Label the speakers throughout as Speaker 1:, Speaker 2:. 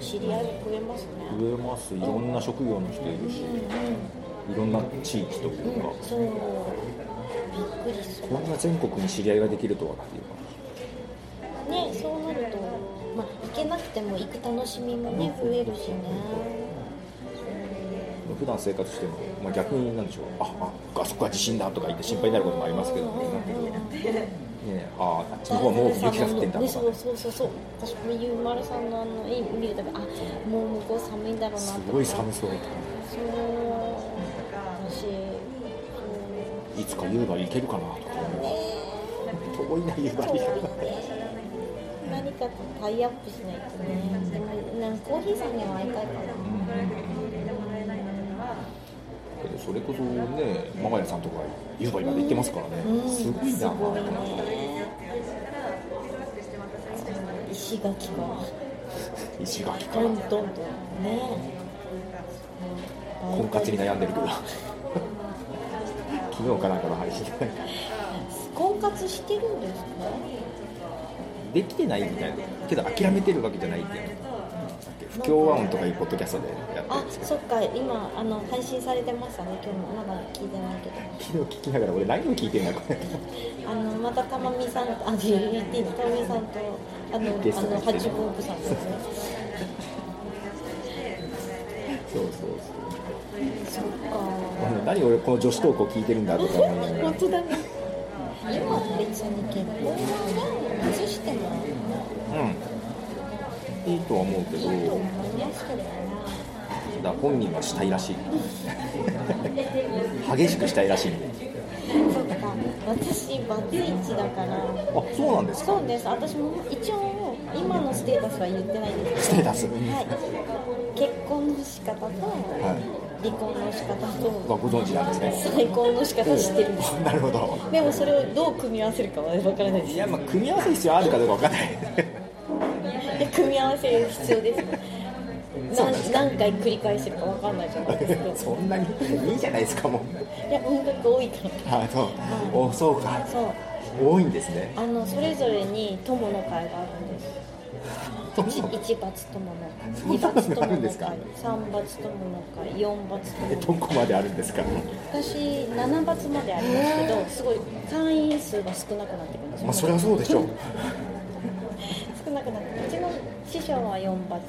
Speaker 1: 知り合いも増えますね
Speaker 2: 増えますいろんな職業の人いるしいろんな地域というか
Speaker 1: そうびっくりする
Speaker 2: こんな全国に知り合いができるとはっていうか
Speaker 1: ねそうなると、まあ、行けなくても行く楽しみもね増えるしね
Speaker 2: 普段生活しても、まあ、逆になんでしょうあああそこは地震だとか言って心配になることもありますけどねねあああっちの方はもう雪が降ってんだ
Speaker 1: ね
Speaker 2: とか
Speaker 1: そうそうそうそう私もゆうまるさんのあの絵見るたびあもう向こう寒いんだろうな
Speaker 2: す
Speaker 1: と
Speaker 2: ごい
Speaker 1: そう
Speaker 2: 寒そうとか
Speaker 1: 私そう
Speaker 2: いつか夕張行けるかなとか遠いな夕
Speaker 1: そう
Speaker 2: 張
Speaker 1: 何かとタイアップしないとねでもなんかコーヒーさんには会いたいかな
Speaker 2: けどそれこそねマガヤさんとか夕張まで行ってますからね、
Speaker 1: うん
Speaker 2: すごいな、
Speaker 1: すごいね石垣か
Speaker 2: 石垣か
Speaker 1: ど
Speaker 2: ら
Speaker 1: んどんどんね
Speaker 2: 婚活に悩んでる けど昨日かなんかの配信で
Speaker 1: 婚活してるんですか
Speaker 2: できてないみたいなけど諦めてるわけじゃないっていう不協和音とかいうポッドキャストでやってる
Speaker 1: あ
Speaker 2: んですけど
Speaker 1: そっか今あの配信されてましたね今日もまだ聞いてないけど
Speaker 2: 昨日聞きながら俺何を聞いてんだこれ
Speaker 1: あのまたたまみさんあの言っていいのたまみさんとあの
Speaker 2: ゲス
Speaker 1: あ
Speaker 2: トで
Speaker 1: の
Speaker 2: 来て
Speaker 1: ハ
Speaker 2: る
Speaker 1: チボーブさんですね
Speaker 2: そうそうそ
Speaker 1: そっ
Speaker 2: う
Speaker 1: か
Speaker 2: 何俺この女子トークを聞いてるんだとか思いながら
Speaker 1: 本当だね今別に結婚はね移しても
Speaker 2: うんいいとは思うけど
Speaker 1: いいと思いますけどね
Speaker 2: ただ本人はしたい らしい激しくしたいらしいんで
Speaker 1: そっか私バツイチだから
Speaker 2: あそうなんですか
Speaker 1: そうです。私も一応今のステータスは言ってないんです
Speaker 2: ス
Speaker 1: け
Speaker 2: テ
Speaker 1: ど。
Speaker 2: ータスは
Speaker 1: はい。結婚の仕方と離婚の仕方
Speaker 2: いまあ
Speaker 1: と
Speaker 2: ご存知なんですね
Speaker 1: 再婚の仕方知ってるんです。
Speaker 2: なるほど
Speaker 1: でもそれをどう組み合わせるかはわからないで
Speaker 2: い
Speaker 1: す。
Speaker 2: やまあ組み合わせる必要あるかどうかわかんない
Speaker 1: で組み合わせる必要です。何何回繰り返してるかわかんないじゃないですか。
Speaker 2: そんなにいいじゃないですかも
Speaker 1: いや音楽多いから。
Speaker 2: うあそうおそうか
Speaker 1: そう。
Speaker 2: 多いんですね
Speaker 1: あのそれぞれに友の会があるんです。一一罰友の
Speaker 2: そ
Speaker 1: 会、
Speaker 2: ん
Speaker 1: 二
Speaker 2: な
Speaker 1: 罰
Speaker 2: のあ
Speaker 1: 友
Speaker 2: るん
Speaker 1: の
Speaker 2: ですか
Speaker 1: 会、三罰友の会、四罰友
Speaker 2: え
Speaker 1: の
Speaker 2: ど
Speaker 1: 会。
Speaker 2: こまであるんですか
Speaker 1: 私7罰までありますけど、すごい会員数が少なくなってくるんですよ。
Speaker 2: まあそれはそうでしょう
Speaker 1: 少なくなってくる。うちの師匠は4罰。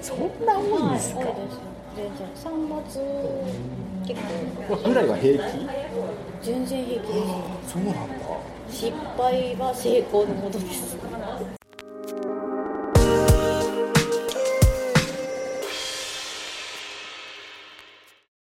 Speaker 2: そんな多いん
Speaker 1: はい、多い
Speaker 2: で
Speaker 1: です
Speaker 2: す。か、
Speaker 1: 全然三罰結構
Speaker 2: ぐらいは平気
Speaker 1: 全然平気で
Speaker 2: そうなんだ
Speaker 1: す。失敗は成功のもとです。